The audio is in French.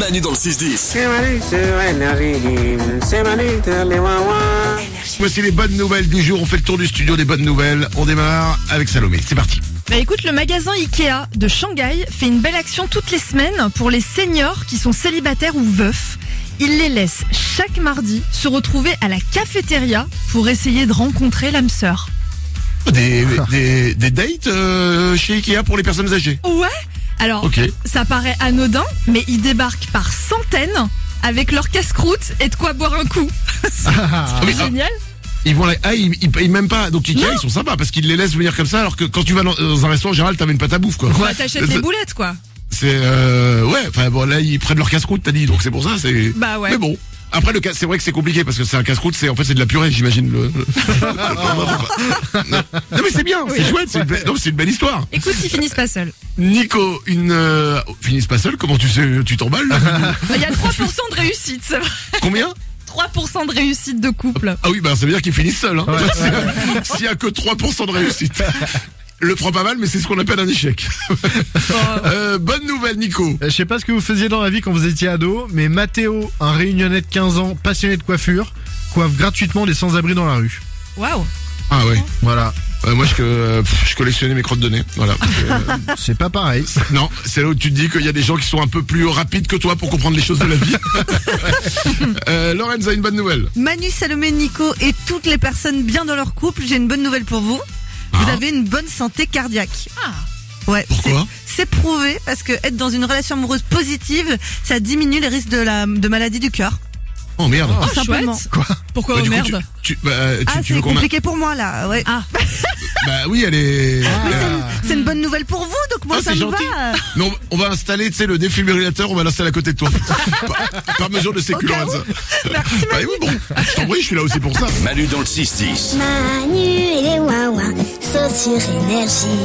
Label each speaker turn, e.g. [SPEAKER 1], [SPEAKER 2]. [SPEAKER 1] Manu dans le 6-10.
[SPEAKER 2] C'est Manu sur Énergie. C'est Manu sur les Wawa.
[SPEAKER 3] Voici les bonnes nouvelles du jour. On fait le tour du studio des bonnes nouvelles. On démarre avec Salomé. C'est parti.
[SPEAKER 4] Bah écoute, le magasin Ikea de Shanghai fait une belle action toutes les semaines pour les seniors qui sont célibataires ou veufs. Il les laisse chaque mardi se retrouver à la cafétéria pour essayer de rencontrer l'âme sœur.
[SPEAKER 3] Des, des, des dates euh, chez Ikea pour les personnes âgées.
[SPEAKER 4] Ouais Alors,
[SPEAKER 3] Ok.
[SPEAKER 4] ça paraît anodin, mais ils débarquent par centaines avec leur casse-croûte et de quoi boire un coup.
[SPEAKER 3] Ah, mais,
[SPEAKER 4] C'est
[SPEAKER 3] ah,
[SPEAKER 4] génial
[SPEAKER 3] ils vont là. Ah, ils, ils payent même pas. Donc Ikea,
[SPEAKER 4] Non.
[SPEAKER 3] ils sont sympas parce qu'ils les laissent venir comme ça. Alors que quand tu vas dans, dans un restaurant, en général, t'amènes pas ta bouffe quoi.
[SPEAKER 4] Bah, T'achètes les boulettes, quoi.
[SPEAKER 3] C'est euh, ouais. Enfin bon, là ils prennent leur casse-croûte, t'as dit. Donc c'est pour ça. C'est.
[SPEAKER 4] Bah ouais.
[SPEAKER 3] Mais bon. Après le cas, c'est vrai que c'est compliqué parce que c'est un casse-croûte. C'est en fait c'est de la purée, j'imagine. Le... non mais c'est bien, c'est chouette. C'est une, belle- non, c'est une belle histoire.
[SPEAKER 4] Écoute, ils finissent pas seuls.
[SPEAKER 3] Nico, une euh, finissent pas seul. Comment tu sais Tu t'emballes là
[SPEAKER 4] Bah, Il y a 3% de réussite, c'est vrai.
[SPEAKER 3] Combien
[SPEAKER 4] 3% de réussite de couple.
[SPEAKER 3] Ah oui, bah ça veut dire qu'ils finissent seuls. Hein. S'il y a que 3% de réussite. Le prend pas mal, mais c'est ce qu'on appelle un échec.
[SPEAKER 4] Oh,
[SPEAKER 3] Euh, bonne nouvelle, Nico.
[SPEAKER 5] Euh, Je sais pas ce que vous faisiez dans la vie quand vous étiez ado, mais Mathéo, un réunionnais de 15 ans, passionné de coiffure, coiffe gratuitement les sans-abri dans la rue.
[SPEAKER 4] Waouh
[SPEAKER 3] Ah ouais, voilà. Euh, moi, je, euh, pff, je collectionnais mes crottes de nez. Voilà. Euh,
[SPEAKER 5] C'est pas pareil.
[SPEAKER 3] non, c'est là où tu te dis qu'il y a des gens qui sont un peu plus rapides que toi pour comprendre les choses de la vie. euh, Lorenz a une bonne nouvelle.
[SPEAKER 6] Manu, Salomé, Nico et toutes les personnes bien dans leur couple, j'ai une bonne nouvelle pour vous.
[SPEAKER 3] Ah.
[SPEAKER 6] Vous avez une bonne santé cardiaque.
[SPEAKER 4] Ah.
[SPEAKER 6] Ouais,
[SPEAKER 3] Pourquoi
[SPEAKER 6] c'est- C'est prouvé parce que être dans une relation amoureuse positive, ça diminue les risques de la de maladie du cœur.
[SPEAKER 3] Oh merde.
[SPEAKER 4] Oh,
[SPEAKER 6] simplement.
[SPEAKER 4] chouette.
[SPEAKER 3] Quoi
[SPEAKER 4] Pourquoi
[SPEAKER 3] Bah,
[SPEAKER 4] oh
[SPEAKER 3] du coup,
[SPEAKER 4] merde
[SPEAKER 3] Tu, tu- bah, tu-
[SPEAKER 6] Ah,
[SPEAKER 3] tu
[SPEAKER 6] c'est
[SPEAKER 3] veux qu'on a-
[SPEAKER 6] compliqué pour moi là. Ouais.
[SPEAKER 4] Ah,
[SPEAKER 3] Bah oui, elle est. euh,
[SPEAKER 6] Mais c'est une- c'est une, bonne nouvelle pour vous, donc moi
[SPEAKER 3] Ah,
[SPEAKER 6] ça
[SPEAKER 3] c'est
[SPEAKER 6] me
[SPEAKER 3] gentil.
[SPEAKER 6] va.
[SPEAKER 3] Mais on, on va installer, tu sais, le défibrillateur, on va l'installer à côté de toi. par, par mesure de sécurité.
[SPEAKER 6] Au cas où. Merci,
[SPEAKER 3] Bah oui, bon, je t'en prie, je suis là aussi pour ça.
[SPEAKER 1] Manu dans le 6-10.
[SPEAKER 7] Manu et les Wawa sont sur énergie.